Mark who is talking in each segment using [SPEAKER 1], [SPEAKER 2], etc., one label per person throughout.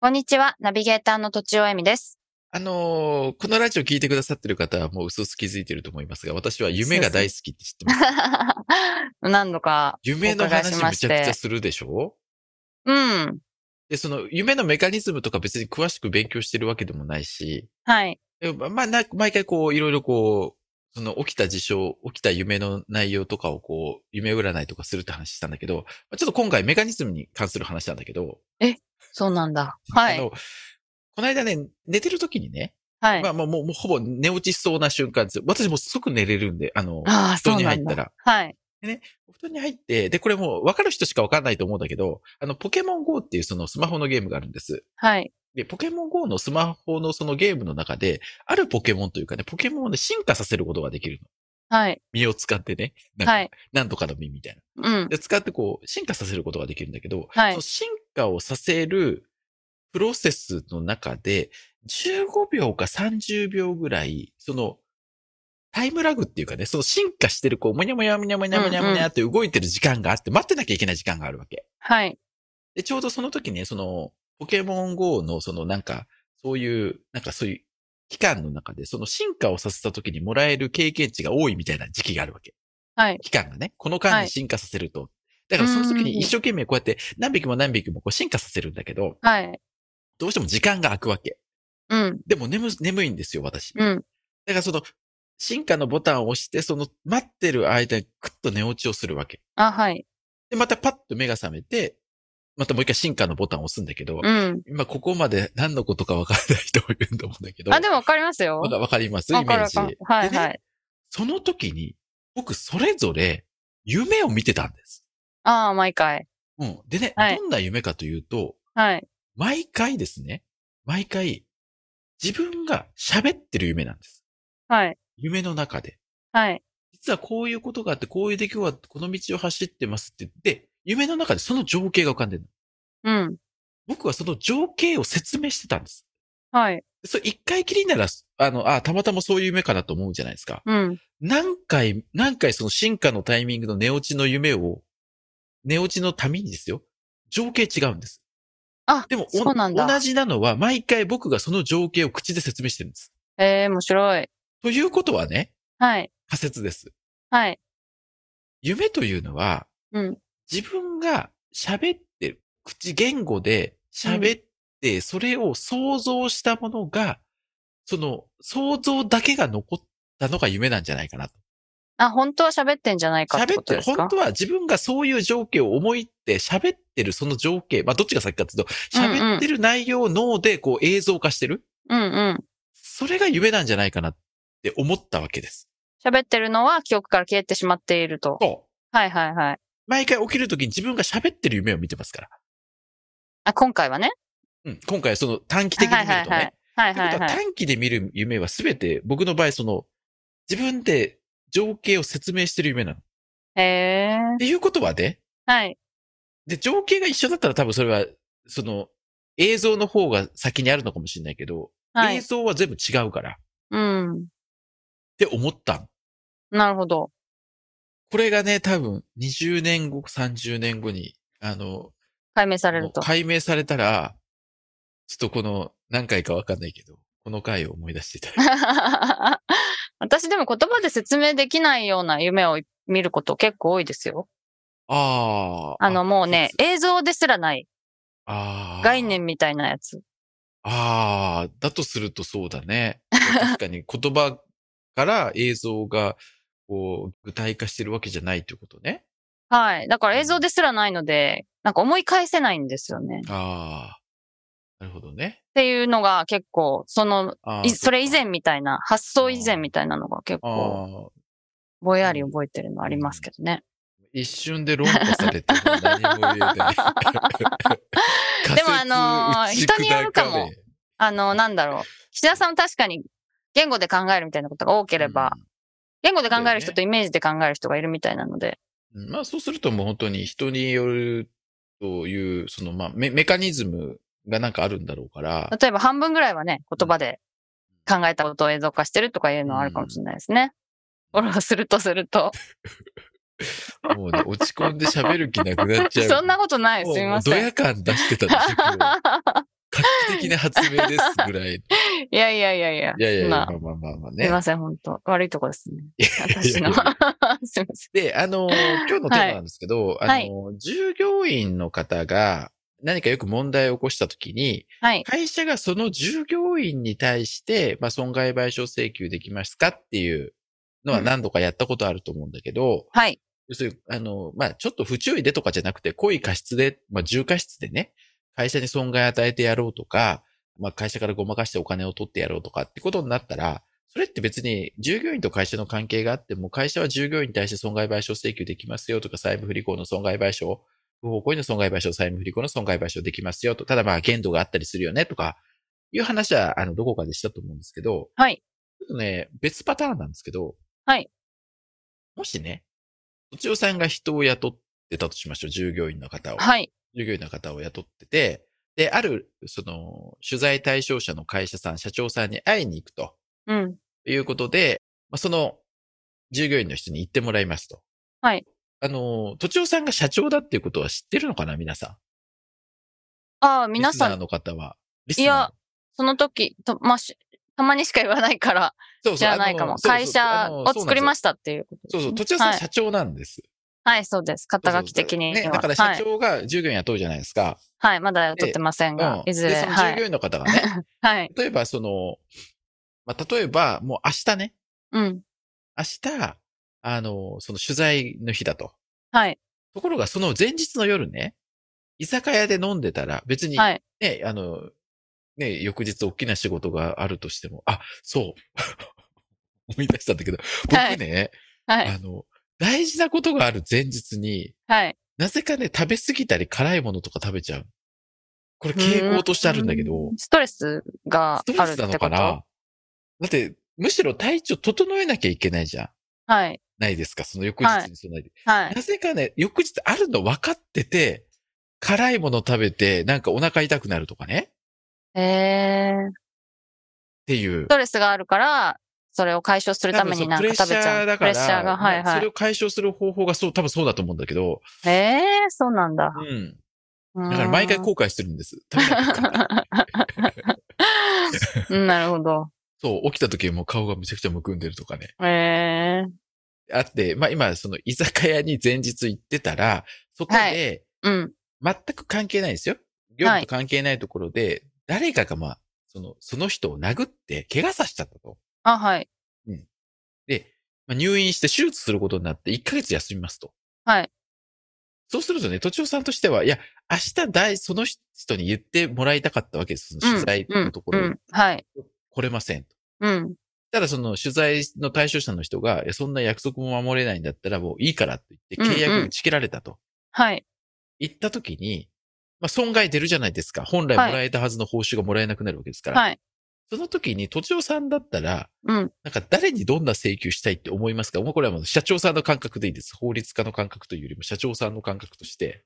[SPEAKER 1] こんにちはナビゲーターのとちおえみです
[SPEAKER 2] あのーこのラジオ聞いてくださってる方はもう薄々気づいてると思いますが、私は夢が大好きって知って ます。
[SPEAKER 1] 何度か
[SPEAKER 2] 夢の話めちゃくちゃするでしょ
[SPEAKER 1] うん
[SPEAKER 2] で、その夢のメカニズムとか別に詳しく勉強してるわけでもないし、
[SPEAKER 1] はい
[SPEAKER 2] でままあ、な毎回こう、いろいろこう、その起きた事象、起きた夢の内容とかをこう、夢占いとかするって話したんだけど、まあちょっと今回メカニズムに関する話なんだけど、
[SPEAKER 1] そうなんだは
[SPEAKER 2] あ
[SPEAKER 1] い
[SPEAKER 2] の、この間ね、寝てる時にね、
[SPEAKER 1] はい、
[SPEAKER 2] まあ、まあもう、もうほぼ寝落ちしそうな瞬間ですよ。私もう即寝れるんで、あの、
[SPEAKER 1] ああ
[SPEAKER 2] 布
[SPEAKER 1] そ
[SPEAKER 2] 団
[SPEAKER 1] う
[SPEAKER 2] に
[SPEAKER 1] な
[SPEAKER 2] 入っ
[SPEAKER 1] ん
[SPEAKER 2] た
[SPEAKER 1] だ
[SPEAKER 2] ら。
[SPEAKER 1] はい
[SPEAKER 2] お布団に入って、で、これもう分かる人しか分かんないと思うんだけど、あの、ポケモン GO っていうそのスマホのゲームがあるんです。
[SPEAKER 1] はい
[SPEAKER 2] で、ポケモン GO のスマホのそのゲームの中で、あるポケモンというかね、ポケモンをね、進化させることができるの。
[SPEAKER 1] はい
[SPEAKER 2] 身を使ってね。なんか
[SPEAKER 1] はい
[SPEAKER 2] なんとかの実みたいな。
[SPEAKER 1] うん
[SPEAKER 2] で、使ってこう、進化させることができるんだけど、
[SPEAKER 1] はい
[SPEAKER 2] その進化をさせるプロセスの中で、15秒か30秒ぐらい、その、タイムラグっていうかね、その進化してる、こう、もにゃもにゃもにゃもにゃもにゃもにゃって動いてる時間があって、待ってなきゃいけない時間があるわけ。
[SPEAKER 1] はい
[SPEAKER 2] で、ちょうどその時ね、その、ポケモン GO の、そのなんか、そういう、なんかそういう期間の中で、その進化をさせた時にもらえる経験値が多いみたいな時期があるわけ。
[SPEAKER 1] はい
[SPEAKER 2] 期間がね、この間に進化させると。だからその時に一生懸命こうやって何匹も何匹もこう進化させるんだけど、
[SPEAKER 1] はい
[SPEAKER 2] どうしても時間が空くわけ。
[SPEAKER 1] うん
[SPEAKER 2] でも眠、眠いんですよ、私。だ
[SPEAKER 1] うん
[SPEAKER 2] からその、進化のボタンを押して、その待ってる間にクッと寝落ちをするわけ。
[SPEAKER 1] あはい
[SPEAKER 2] で、またパッと目が覚めて、またもう一回進化のボタンを押すんだけど、
[SPEAKER 1] うん
[SPEAKER 2] 今ここまで何のことか分からない人もいると思うんだけど、
[SPEAKER 1] あでもわかりますよ
[SPEAKER 2] わかわかりますイメ
[SPEAKER 1] わかる
[SPEAKER 2] ー
[SPEAKER 1] わ
[SPEAKER 2] ジ。
[SPEAKER 1] かるはい
[SPEAKER 2] でね
[SPEAKER 1] はい
[SPEAKER 2] その時に、僕それぞれ夢を見てたんです。
[SPEAKER 1] ああ毎回
[SPEAKER 2] うん。でね、
[SPEAKER 1] はい
[SPEAKER 2] どんな夢かというと、
[SPEAKER 1] はい
[SPEAKER 2] 毎回ですね、毎回、自分が喋ってる夢なんです。
[SPEAKER 1] はい
[SPEAKER 2] 夢の中で。
[SPEAKER 1] はい
[SPEAKER 2] 実はこういうことがあって、こういう出来事があって、この道を走ってますって言って、夢の中でその情景が浮かんでるの。
[SPEAKER 1] うん
[SPEAKER 2] 僕はその情景を説明してたんです。
[SPEAKER 1] はい
[SPEAKER 2] でそれ一回きりなら、あの、あ、たまたまそういう夢かなと思うじゃないですか。
[SPEAKER 1] うん
[SPEAKER 2] 何回、何回その進化のタイミングの寝落ちの夢を、寝落ちのためにですよ。情景違うんです。
[SPEAKER 1] あ
[SPEAKER 2] でもお
[SPEAKER 1] そうなんだ
[SPEAKER 2] 同じなのは、毎回僕がその情景を口で説明してるんです。
[SPEAKER 1] ええ面白い
[SPEAKER 2] ということはね、
[SPEAKER 1] はい
[SPEAKER 2] 仮説です。
[SPEAKER 1] はい
[SPEAKER 2] 夢というのは、
[SPEAKER 1] うん
[SPEAKER 2] 自分が喋ってる、口言語で喋って、それを想像したものが、その想像だけが残ったのが夢なんじゃないかなと。
[SPEAKER 1] あ、本当は喋ってんじゃないかって
[SPEAKER 2] 喋
[SPEAKER 1] こ
[SPEAKER 2] っ
[SPEAKER 1] と
[SPEAKER 2] て
[SPEAKER 1] で
[SPEAKER 2] る、
[SPEAKER 1] すか
[SPEAKER 2] 本当は自分がそういう情景を思いって喋ってるその情景、まあどっちが先かっていうと、喋ってる内容を脳でこう映像化してる、
[SPEAKER 1] うんうん。
[SPEAKER 2] それが夢なんじゃないかなって思ったわけです。
[SPEAKER 1] 喋ってるのは記憶から消えてしまっていると。
[SPEAKER 2] そう。
[SPEAKER 1] はいはいはい。
[SPEAKER 2] 毎回起きるときに自分が喋ってる夢を見てますから。
[SPEAKER 1] あ、今回はね。
[SPEAKER 2] うん。今回その短期
[SPEAKER 1] は
[SPEAKER 2] 的
[SPEAKER 1] い
[SPEAKER 2] に見
[SPEAKER 1] は
[SPEAKER 2] る
[SPEAKER 1] い
[SPEAKER 2] とね。
[SPEAKER 1] はい。はいはい
[SPEAKER 2] ということは
[SPEAKER 1] はい。
[SPEAKER 2] 短期で見る夢はすべて僕の場合その自分で情景を説明してる夢なの。っ
[SPEAKER 1] へえ。
[SPEAKER 2] ていうことはね、
[SPEAKER 1] はい。
[SPEAKER 2] で、情景が一緒だったら多分それは、その映像の方が先にあるのかもしれないけど、
[SPEAKER 1] は
[SPEAKER 2] 映
[SPEAKER 1] い。
[SPEAKER 2] 像は全部違うからっ
[SPEAKER 1] うん。
[SPEAKER 2] て思ったの。
[SPEAKER 1] なるほど。
[SPEAKER 2] これがね、多分20年後、30年後に、あの、
[SPEAKER 1] 解明されると。
[SPEAKER 2] 解明されたら、ちょっとこの何回かわかんないけど、この回を思い出していた だき
[SPEAKER 1] 私でも言葉で説明できないような夢を見ること結構多いですよ。
[SPEAKER 2] ああ。
[SPEAKER 1] あのもうね、映像ですらない
[SPEAKER 2] あー
[SPEAKER 1] 概。念みたいなやつ。
[SPEAKER 2] ああ、だとするとそうだ ね。確かに言葉から映像が、こう、具体化してるわけじゃないということね。
[SPEAKER 1] はい。だから映像ですらないので、なんか思い返せないんですよね。っ
[SPEAKER 2] ああ。なるほどね。
[SPEAKER 1] ていうのが結構、その
[SPEAKER 2] あー
[SPEAKER 1] いそれ以。
[SPEAKER 2] っ
[SPEAKER 1] 前
[SPEAKER 2] か
[SPEAKER 1] みたいな、発想以前みたいなのが結構、
[SPEAKER 2] ああ、
[SPEAKER 1] ぼやり覚えてるのありますけどね。
[SPEAKER 2] 一瞬で論破されても 何も言えない。
[SPEAKER 1] でもあのー人によるかも
[SPEAKER 3] あの、なんだろう。岸田さんも確かに言語で考えるみたいなことが多ければ、言語で考える人とイメージで考える人がいるみたいなので。
[SPEAKER 2] うんまあそうするともう本当に人によるという、そのまあメメカニズムがなんかあるんだろうから、
[SPEAKER 3] 例えば半分ぐらいはね、言葉で考えたことを映像化してるとかいうのはあるかもしれないですね。フォローするとすると。
[SPEAKER 2] もうね、落ち込んで喋る気なくなっ ちゃう。
[SPEAKER 3] そんなことないです。すみませ
[SPEAKER 2] もうド
[SPEAKER 3] ん。
[SPEAKER 2] ヤ感出してたでしょ、今日画期的な発明ですぐらい。
[SPEAKER 3] いやいやいやいや。
[SPEAKER 2] いやいやいや、 ま
[SPEAKER 3] ま
[SPEAKER 2] あ
[SPEAKER 3] あ
[SPEAKER 2] まあまあまあ
[SPEAKER 3] す
[SPEAKER 2] ね
[SPEAKER 3] い。ません、本当悪いとこですね。
[SPEAKER 2] い
[SPEAKER 3] 私
[SPEAKER 2] やいや
[SPEAKER 3] の。すいません。
[SPEAKER 2] で、あのー、今日のテーマなんですけど、
[SPEAKER 3] は
[SPEAKER 2] あ
[SPEAKER 3] い
[SPEAKER 2] のー、従業員の方が何かよく問題を起こしたときに、
[SPEAKER 3] はい。
[SPEAKER 2] 会社がその従業員に対して、まあ、損害賠償請求できますかっていうのは何度かやったことあると思うんだけど、
[SPEAKER 3] はい。
[SPEAKER 2] 要するに、あの、まあ、ちょっと不注意でとかじゃなくて、故意過失で、まあ、重過失でね、会社に損害与えてやろうとか、まあ、会社からごまかしてお金を取ってやろうとかってことになったら、それって別に従業員と会社の関係があっても、会社は従業員に対して損害賠償請求できますよとか、債務不履行の損害賠償、不法行為の損害賠償、債務不履行の損害賠償できますよと、ただまあ、限度があったりするよねとか、いう話は、あの、どこかでしたと思うんですけど、
[SPEAKER 3] はい。
[SPEAKER 2] ちょっとね、別パターンなんですけど。
[SPEAKER 3] はい。
[SPEAKER 2] もしね、土地さんが人を雇ってたとしましょう。従業員の方を。
[SPEAKER 3] はい。
[SPEAKER 2] 従業員の方を雇ってて、で、ある、その、取材対象者の会社さん、社長さんに会いに行くと
[SPEAKER 3] うん。
[SPEAKER 2] いうことで、まあ、その、従業員の人に行ってもらいますと。
[SPEAKER 3] はい。
[SPEAKER 2] あの、土地さんが社長だっていうことは知ってるのかな皆さん。
[SPEAKER 3] ああ、皆さ
[SPEAKER 2] リスナー
[SPEAKER 3] ん、
[SPEAKER 2] の方は。リス
[SPEAKER 3] い
[SPEAKER 2] ナー
[SPEAKER 3] や、その時、とまあ、したまにしか言わないから、
[SPEAKER 2] そうそう
[SPEAKER 3] 知らないかも。会社を作りま
[SPEAKER 2] し
[SPEAKER 3] したっていうこと。
[SPEAKER 2] そうそう、土地さん
[SPEAKER 3] はい
[SPEAKER 2] 社長なんです。
[SPEAKER 3] はい、そうです。肩書き的には。
[SPEAKER 2] ね、だから
[SPEAKER 3] は
[SPEAKER 2] 社
[SPEAKER 3] い
[SPEAKER 2] 長が従業員雇うじゃないですか。
[SPEAKER 3] はい、まだ取ってません
[SPEAKER 2] う
[SPEAKER 3] が、
[SPEAKER 2] ん
[SPEAKER 3] いずれ。
[SPEAKER 2] で、その
[SPEAKER 3] は
[SPEAKER 2] 従業
[SPEAKER 3] い。
[SPEAKER 2] 員の方がね、
[SPEAKER 3] はい。
[SPEAKER 2] 例えばその、まあ、例えばもう明日ね、
[SPEAKER 3] うん。
[SPEAKER 2] 明日、あの、その取材の日だと。
[SPEAKER 3] はい。
[SPEAKER 2] ところがその前日の夜ね、居酒屋で飲んでたら別にね、
[SPEAKER 3] はい。
[SPEAKER 2] あの、ね、翌日大きな仕事があるとしても、あ、そう。 思い出したんだけど、僕
[SPEAKER 3] はい
[SPEAKER 2] ね、
[SPEAKER 3] はい。
[SPEAKER 2] あの、大事なことがある前日に、
[SPEAKER 3] はい。
[SPEAKER 2] なぜかね、食べ過ぎたり辛いものとか食べちゃう。これ傾向としてあるんだけど、
[SPEAKER 3] ストレスが
[SPEAKER 2] スト
[SPEAKER 3] あ
[SPEAKER 2] レ
[SPEAKER 3] るっ
[SPEAKER 2] スな
[SPEAKER 3] て
[SPEAKER 2] の
[SPEAKER 3] こ
[SPEAKER 2] か
[SPEAKER 3] と
[SPEAKER 2] なだって、むしろ体調整えなきゃいけないじゃん。
[SPEAKER 3] はい。
[SPEAKER 2] ないですかその翌日に備えて。
[SPEAKER 3] はい。
[SPEAKER 2] なぜかね、翌日あるの分かってて、辛いもの食べて、なんかお腹痛くなるとかね。
[SPEAKER 3] えー、
[SPEAKER 2] っていう
[SPEAKER 3] ス。トレスがあるから、それを解消するためになんか食べちゃう。
[SPEAKER 2] 多分そうプ
[SPEAKER 3] プ
[SPEAKER 2] レ
[SPEAKER 3] レ
[SPEAKER 2] ッ
[SPEAKER 3] ッ
[SPEAKER 2] シ
[SPEAKER 3] シ
[SPEAKER 2] ャ
[SPEAKER 3] ャ
[SPEAKER 2] ー
[SPEAKER 3] ー
[SPEAKER 2] だ
[SPEAKER 3] が、
[SPEAKER 2] か
[SPEAKER 3] はい
[SPEAKER 2] ら、そ
[SPEAKER 3] は
[SPEAKER 2] れ
[SPEAKER 3] い。
[SPEAKER 2] を解消する方法がそう、多分そうだと思うんだけど、
[SPEAKER 3] えー、そうなんだ。
[SPEAKER 2] うん。
[SPEAKER 3] だ
[SPEAKER 2] だから毎回後悔してるん です。食べなきゃよかった
[SPEAKER 3] うん、なるほど。
[SPEAKER 2] そう、起きた時もう顔がめちゃくちゃむくんでるとかね。
[SPEAKER 3] ええ
[SPEAKER 2] あって、まあ今、その居酒屋に前日行ってたら、そこ
[SPEAKER 3] は
[SPEAKER 2] で、
[SPEAKER 3] うん。
[SPEAKER 2] 全く関係ないですよ。業務と関係ないところで、誰かがまあ、その、その人を殴って怪我させちゃったと。
[SPEAKER 3] あ、はい。
[SPEAKER 2] で、まあ、入院して手術することになって1ヶ月休みますと。
[SPEAKER 3] はい。
[SPEAKER 2] そうするとね、都庁さんとしては、いや、明日大、その人に言ってもらいたかったわけです。その取材
[SPEAKER 3] う
[SPEAKER 2] の
[SPEAKER 3] ん
[SPEAKER 2] とこ
[SPEAKER 3] う
[SPEAKER 2] ろに
[SPEAKER 3] ん。はい。
[SPEAKER 2] 来れませんと。
[SPEAKER 3] うん。
[SPEAKER 2] ただその取材の対象者の人が、いやそんな約束も守れないんだったらもういいからって言って契
[SPEAKER 3] うんう
[SPEAKER 2] 約
[SPEAKER 3] ん
[SPEAKER 2] 打ち切られたと。
[SPEAKER 3] はい。
[SPEAKER 2] 行った時に、まあ、損害出るじゃないですか。本来も
[SPEAKER 3] はい
[SPEAKER 2] らえたはずの報酬がもらえなくなるわけですから。
[SPEAKER 3] はい。
[SPEAKER 2] その時に、都庁さんだったら、
[SPEAKER 3] うん。
[SPEAKER 2] なんか誰にどんな請求したいって思いますかもうこれはもう社長さんの感覚でいいです。法律家の感覚というよりも社長さんの感覚として。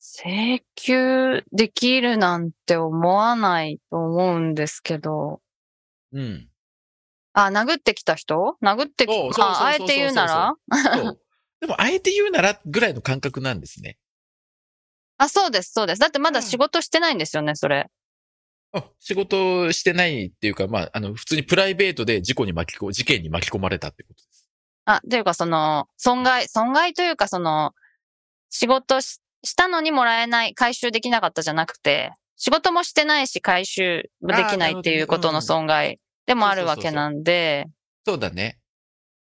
[SPEAKER 3] 請求できるなんて思わないと思うんですけど。
[SPEAKER 2] うん。
[SPEAKER 3] あ、殴ってきた人殴ってき
[SPEAKER 2] そうそうそうそうそう
[SPEAKER 3] あ、あえて言うなら
[SPEAKER 2] そう。でも、あえて言うならぐらいの感覚なんですね。
[SPEAKER 3] あ、そうです、そうです。だってま
[SPEAKER 2] う
[SPEAKER 3] だ
[SPEAKER 2] ん
[SPEAKER 3] 仕事してないんですよね、それ。
[SPEAKER 2] あ仕事してないっていうか、まあ、あの、普通にプライベートで事故に巻き込、事件に巻き込まれたってことです。
[SPEAKER 3] あ、というかその、損害、損害というかその、仕事ししたのにもらえない、回収できなかったじゃなくて、仕事もしてないし回収もできないっていうこと
[SPEAKER 2] あーなるほどねうん
[SPEAKER 3] の損害でもあるわけなんで、
[SPEAKER 2] そうだね。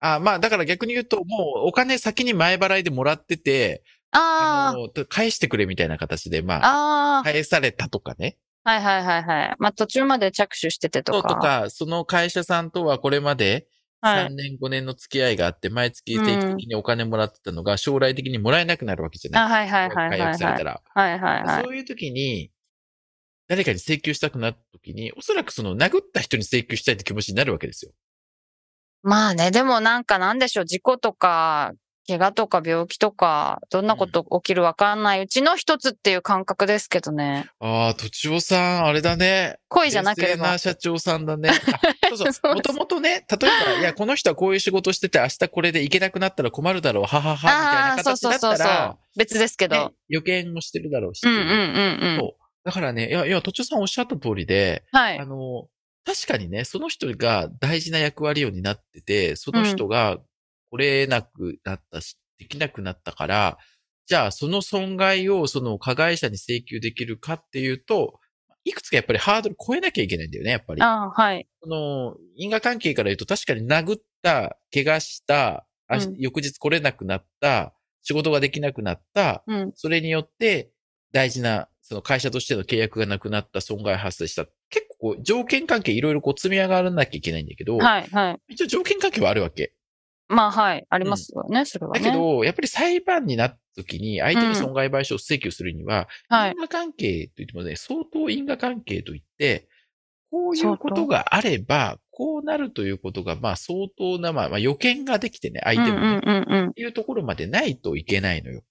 [SPEAKER 2] あまあ、だから逆に言うと、もうお金先に前払いでもらってて、あ
[SPEAKER 3] あ
[SPEAKER 2] の、返してくれみたいな形で、
[SPEAKER 3] あ、
[SPEAKER 2] まあ、
[SPEAKER 3] ああ、
[SPEAKER 2] 返されたとかね。
[SPEAKER 3] はいはいはいはい。まあ途中まで着手しててと
[SPEAKER 2] そう
[SPEAKER 3] か。
[SPEAKER 2] とか、その会社さんとはこれまで、
[SPEAKER 3] は
[SPEAKER 2] 3
[SPEAKER 3] い。
[SPEAKER 2] 年5年の付き合いがあって、毎月定期的にお金もらってたのが、将来的にもらえなくなるわけじゃない
[SPEAKER 3] あ、はいはいはい
[SPEAKER 2] 解
[SPEAKER 3] はい、は
[SPEAKER 2] 約
[SPEAKER 3] い。
[SPEAKER 2] されたら。
[SPEAKER 3] はいはいはい。
[SPEAKER 2] そういう時に、誰かに請求したくなる時に、おそらくその殴った人に請求したいって気持ちになるわけですよ。
[SPEAKER 3] まあね、でもなんかなんでしょう、事故とか、怪我とか病気とか、どんなこと起きるわかんないうちの一つっていう感覚ですけどね。
[SPEAKER 2] ああ、とちおさん、あれだね。
[SPEAKER 3] 恋じゃなけれ
[SPEAKER 2] 冷静な
[SPEAKER 3] ば。
[SPEAKER 2] 社長さんだね。 あそうそ。
[SPEAKER 3] そうう
[SPEAKER 2] もともとね、例え ば、いや、この人はこういう仕事してて、明日これで行けなくなったら困るだろう、ははは、み
[SPEAKER 3] あ
[SPEAKER 2] たい
[SPEAKER 3] あ
[SPEAKER 2] な
[SPEAKER 3] ー、
[SPEAKER 2] 形
[SPEAKER 3] そうそう
[SPEAKER 2] だっ
[SPEAKER 3] そう
[SPEAKER 2] た
[SPEAKER 3] そ
[SPEAKER 2] ら
[SPEAKER 3] う、。別ですけ
[SPEAKER 2] ね
[SPEAKER 3] ど。
[SPEAKER 2] 予見もしてるだろうし。
[SPEAKER 3] うんうんうんうん。
[SPEAKER 2] だからね、いや、いや、とちおさんおっしゃった通りで、
[SPEAKER 3] は
[SPEAKER 2] あ
[SPEAKER 3] い。
[SPEAKER 2] の、確かにね、その人が大事な役割を担ってて、その人が来れなくなったし、できなくなったから、じゃあその損害をその加害者に請求できるかっていうと、いくつかやっぱりハードル超えなきゃいけないんだよね、やっぱり。
[SPEAKER 3] ああ、はい。
[SPEAKER 2] その、因果関係から言うと確かに殴った、怪我した、あ
[SPEAKER 3] うん
[SPEAKER 2] 翌日来れなくなった、仕事ができなくなった、
[SPEAKER 3] うん。
[SPEAKER 2] それによって大事な、その会社としての契約がなくなった、損害発生した。結構こう条件関係いろいろこう積み上がらなきゃいけないんだけど、
[SPEAKER 3] はい、はい。
[SPEAKER 2] 一応条件関係はあるわけ。
[SPEAKER 3] まあ、はい。ありますよね、それは
[SPEAKER 2] だ
[SPEAKER 3] ね。
[SPEAKER 2] けど、やっぱり裁判になった時に相手に損害賠償を請求するには、
[SPEAKER 3] はい。
[SPEAKER 2] 因果関係といってもね、相当因果関係といって、こうい
[SPEAKER 3] 相
[SPEAKER 2] う
[SPEAKER 3] 当
[SPEAKER 2] ことがあれば、こうなるということが、まあ相当な、まあ、まあ予見ができてね、
[SPEAKER 3] うん
[SPEAKER 2] 相
[SPEAKER 3] う
[SPEAKER 2] 手
[SPEAKER 3] ん
[SPEAKER 2] もね、っ
[SPEAKER 3] うんうん。
[SPEAKER 2] ていうところまでないといけないのよ。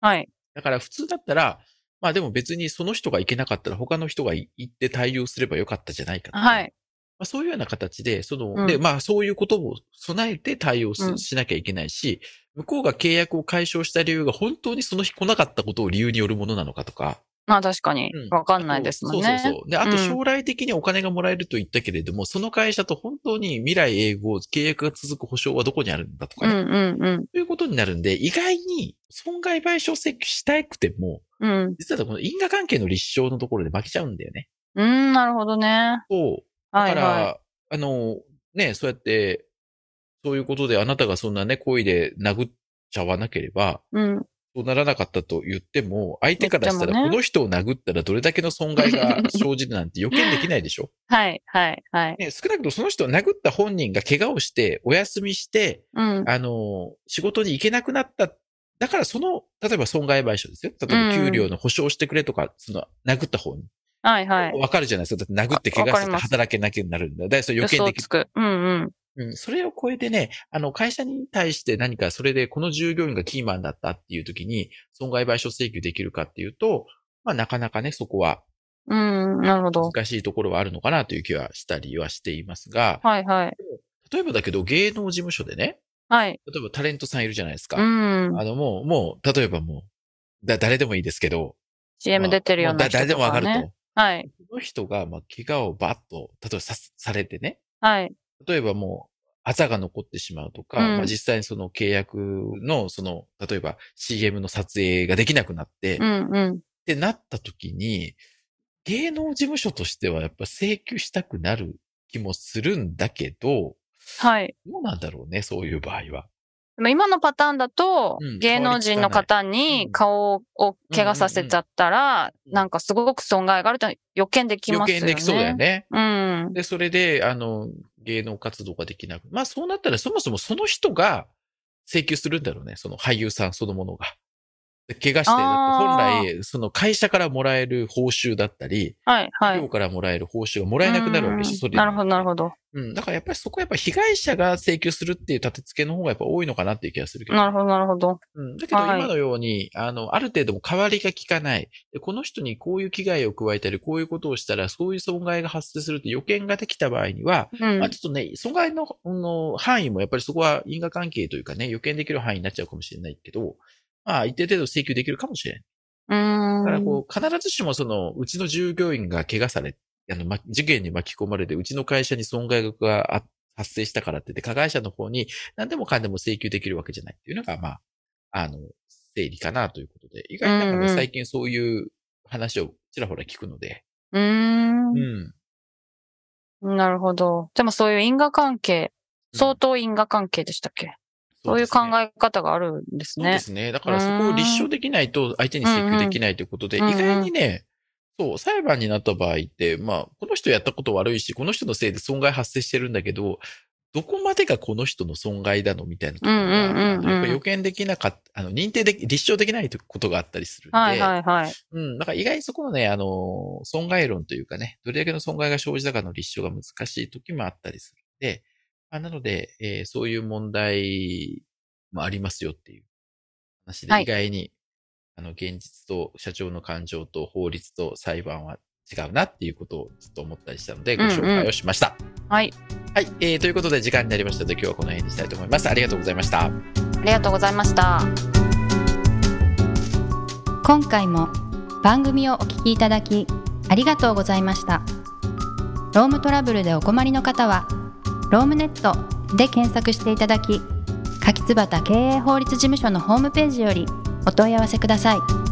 [SPEAKER 3] はい。
[SPEAKER 2] だから普通だったら、まあでも別にその人が行けなかったら他の人が行って対応すればよかったじゃないかとか
[SPEAKER 3] はい。
[SPEAKER 2] まあ、そういうような形で、その、
[SPEAKER 3] うん
[SPEAKER 2] で、まあそういうことも備えて対応す
[SPEAKER 3] うん
[SPEAKER 2] しなきゃいけないし、向こうが契約を解消した理由が本当にその日来なかったことを理由によるものなのかとか。
[SPEAKER 3] まあ確かに
[SPEAKER 2] うん、
[SPEAKER 3] わかんないですも
[SPEAKER 2] あと
[SPEAKER 3] ん
[SPEAKER 2] そう
[SPEAKER 3] ね。
[SPEAKER 2] そうそう。で、あと
[SPEAKER 3] うん
[SPEAKER 2] 将来的にお金がもらえると言ったけれども、その会社と本当に未来永劫契約が続く保証はどこにあるんだとか
[SPEAKER 3] う
[SPEAKER 2] ね。
[SPEAKER 3] んうん
[SPEAKER 2] ということになるんで、意外に損害賠償請求したくても、
[SPEAKER 3] うん。うん。
[SPEAKER 2] 実はこの因果関係の立証のところで負けちゃうんだよね。
[SPEAKER 3] うん、なるほどね。
[SPEAKER 2] そう。だ
[SPEAKER 3] は
[SPEAKER 2] か
[SPEAKER 3] い
[SPEAKER 2] ら、
[SPEAKER 3] は
[SPEAKER 2] あの、ね、そうやって、そういうことであなたがそんなね、恋で殴っちゃわなければ、
[SPEAKER 3] い。うん。
[SPEAKER 2] そうならなかったと言っても、相手からしたら、
[SPEAKER 3] 言っても
[SPEAKER 2] こ
[SPEAKER 3] ね
[SPEAKER 2] の人を殴ったらどれだけの損害が生じるなんて予見できないでしょ。
[SPEAKER 3] はいはいはい。
[SPEAKER 2] ね、少なくともその人を殴った本人が怪我をして、お休みして、
[SPEAKER 3] うん。
[SPEAKER 2] あの、仕事に行けなくなった。だからその、例えば損害賠償ですよ。例えば
[SPEAKER 3] うん
[SPEAKER 2] 給料の保証してくれとか、その、殴った方に。
[SPEAKER 3] はいはい。
[SPEAKER 2] わかるじゃないですか。だって殴って怪
[SPEAKER 3] わ
[SPEAKER 2] 我
[SPEAKER 3] か
[SPEAKER 2] し
[SPEAKER 3] り
[SPEAKER 2] て
[SPEAKER 3] ます
[SPEAKER 2] 働けなくなるんだ。だからそれ
[SPEAKER 3] 予
[SPEAKER 2] 予見
[SPEAKER 3] 想
[SPEAKER 2] でき
[SPEAKER 3] つく。うんうん。
[SPEAKER 2] うん。それを超えてね、あの、会社に対して何かそれでこの従業員がキーマンだったっていう時に、損害賠償請求できるかっていうと、まあなかなかね、そこは
[SPEAKER 3] うん、なるほど。
[SPEAKER 2] 難しいところはあるのかなという気はしたりはしていますが、
[SPEAKER 3] はいはい。
[SPEAKER 2] 例えばだけど芸能事務所でね、
[SPEAKER 3] はい。
[SPEAKER 2] 例えばタレントさんいるじゃないですか。
[SPEAKER 3] うん。
[SPEAKER 2] あのもう、もう、例えばもう、だ、誰でもいいですけど。
[SPEAKER 3] CM 出てるよう
[SPEAKER 2] ま
[SPEAKER 3] な
[SPEAKER 2] あ
[SPEAKER 3] 人
[SPEAKER 2] だ誰で
[SPEAKER 3] と
[SPEAKER 2] もわか
[SPEAKER 3] か
[SPEAKER 2] る
[SPEAKER 3] ね。
[SPEAKER 2] と。
[SPEAKER 3] はい。
[SPEAKER 2] この人が、まあ、怪我をバッと、例えばさ、されてね。
[SPEAKER 3] はい。
[SPEAKER 2] 例えばもう、あざが残ってしまうとか、
[SPEAKER 3] うん
[SPEAKER 2] まあ実際にその契約の、その、例えば CM の撮影ができなくなって、
[SPEAKER 3] う
[SPEAKER 2] っ
[SPEAKER 3] んうん。
[SPEAKER 2] てなった時に、芸能事務所としてはやっぱ請求したくなる気もするんだけど、
[SPEAKER 3] はい。
[SPEAKER 2] どうなんだろうね、そういう場合は。
[SPEAKER 3] でも今のパターンだと
[SPEAKER 2] うん、
[SPEAKER 3] 芸能人の方に顔を怪我させちゃったら、
[SPEAKER 2] うん
[SPEAKER 3] なんかすごく損害があると予見でき
[SPEAKER 2] 予
[SPEAKER 3] ますよね。
[SPEAKER 2] 見できそうだよ。ね。
[SPEAKER 3] うん。
[SPEAKER 2] で、それで、あの、芸能活動ができなく。まあそうなったらそもそもその人が請求するんだろうね。その俳優さんそのものが。で怪我して、
[SPEAKER 3] あー
[SPEAKER 2] 本来、その会社からもらえる報酬だったり、
[SPEAKER 3] はいはい。
[SPEAKER 2] 企業からもらえる報酬がもらえなくなるわけで
[SPEAKER 3] うん
[SPEAKER 2] しょ。
[SPEAKER 3] なるほどなる
[SPEAKER 2] ど。
[SPEAKER 3] ほど。
[SPEAKER 2] うん。だからやっぱりそこはやっぱ被害者が請求するっていう立て付けの方がやっぱ多いのかなっていう気がするけど。
[SPEAKER 3] なるほどなるほど。
[SPEAKER 2] うん、だけど
[SPEAKER 3] はい
[SPEAKER 2] 今のように、あの、ある程度も変わりが効かない。でこの人にこういう危害を加えたり、こういうことをしたら、そういう損害が発生するって予見ができた場合には、
[SPEAKER 3] うん。
[SPEAKER 2] まあちょっとね、損害のあの範囲もやっぱりそこは因果関係というかね、予見できる範囲になっちゃうかもしれないけど、まあ一定程度請求できるかもしれない。だ
[SPEAKER 3] う
[SPEAKER 2] から
[SPEAKER 3] ん。
[SPEAKER 2] こう、必ずしもその、うちの従業員が怪我され、あの、ま、事件に巻き込まれて、うちの会社に損害があ発生したからって言って、加害者の方に何でもかんでも請求できるわけじゃないっていうのが、まあ、あの、整理かなということで、意外になんか
[SPEAKER 3] うんう
[SPEAKER 2] ね、
[SPEAKER 3] ん
[SPEAKER 2] 最近そういう話をちらほら聞くので、
[SPEAKER 3] うん
[SPEAKER 2] う。ん。
[SPEAKER 3] なるほど。でもそういう因果関係、
[SPEAKER 2] うん
[SPEAKER 3] 相当因果関係でしたっけ、そういう考え方があるんです
[SPEAKER 2] そうで
[SPEAKER 3] ね。
[SPEAKER 2] すね。だからそこを立証できないと相手に請求できないということで、意
[SPEAKER 3] うんうん
[SPEAKER 2] 外にね、そう、裁判になった場合って、まあ、この人やったこと悪いし、この人のせいで損害発生してるんだけど、どこまでがこの人の損害だのみたいなところ
[SPEAKER 3] うんうんうんうん
[SPEAKER 2] が、やっぱ予見できなかった、あの、認定でき、立証できないことがあったりするんで、
[SPEAKER 3] はいはいはい。
[SPEAKER 2] うん、なんか意外にそこのね、あの、損害論というかね、どれだけの損害が生じたかの立証が難しい時もあったりするんで、あなので、えーそういう問題もありますよっていう話
[SPEAKER 3] は
[SPEAKER 2] で、
[SPEAKER 3] い
[SPEAKER 2] 意外に、あの、現実と社長の感情と法律と裁判は違うなっていうことをちょっと思ったりしたので、ご紹介をしました。
[SPEAKER 3] はい。
[SPEAKER 2] はい、えーということで時間になりましたので、今日はこの辺にしたいと思います。ありがとうございました。
[SPEAKER 3] ありがとうございました。
[SPEAKER 1] 今回も番組をお聞きいただきありがとうございましたロームトラブルでお困りの方は「ロームネット」で検索していただき柿椿経営法律事務所のホームページよりお問い合わせください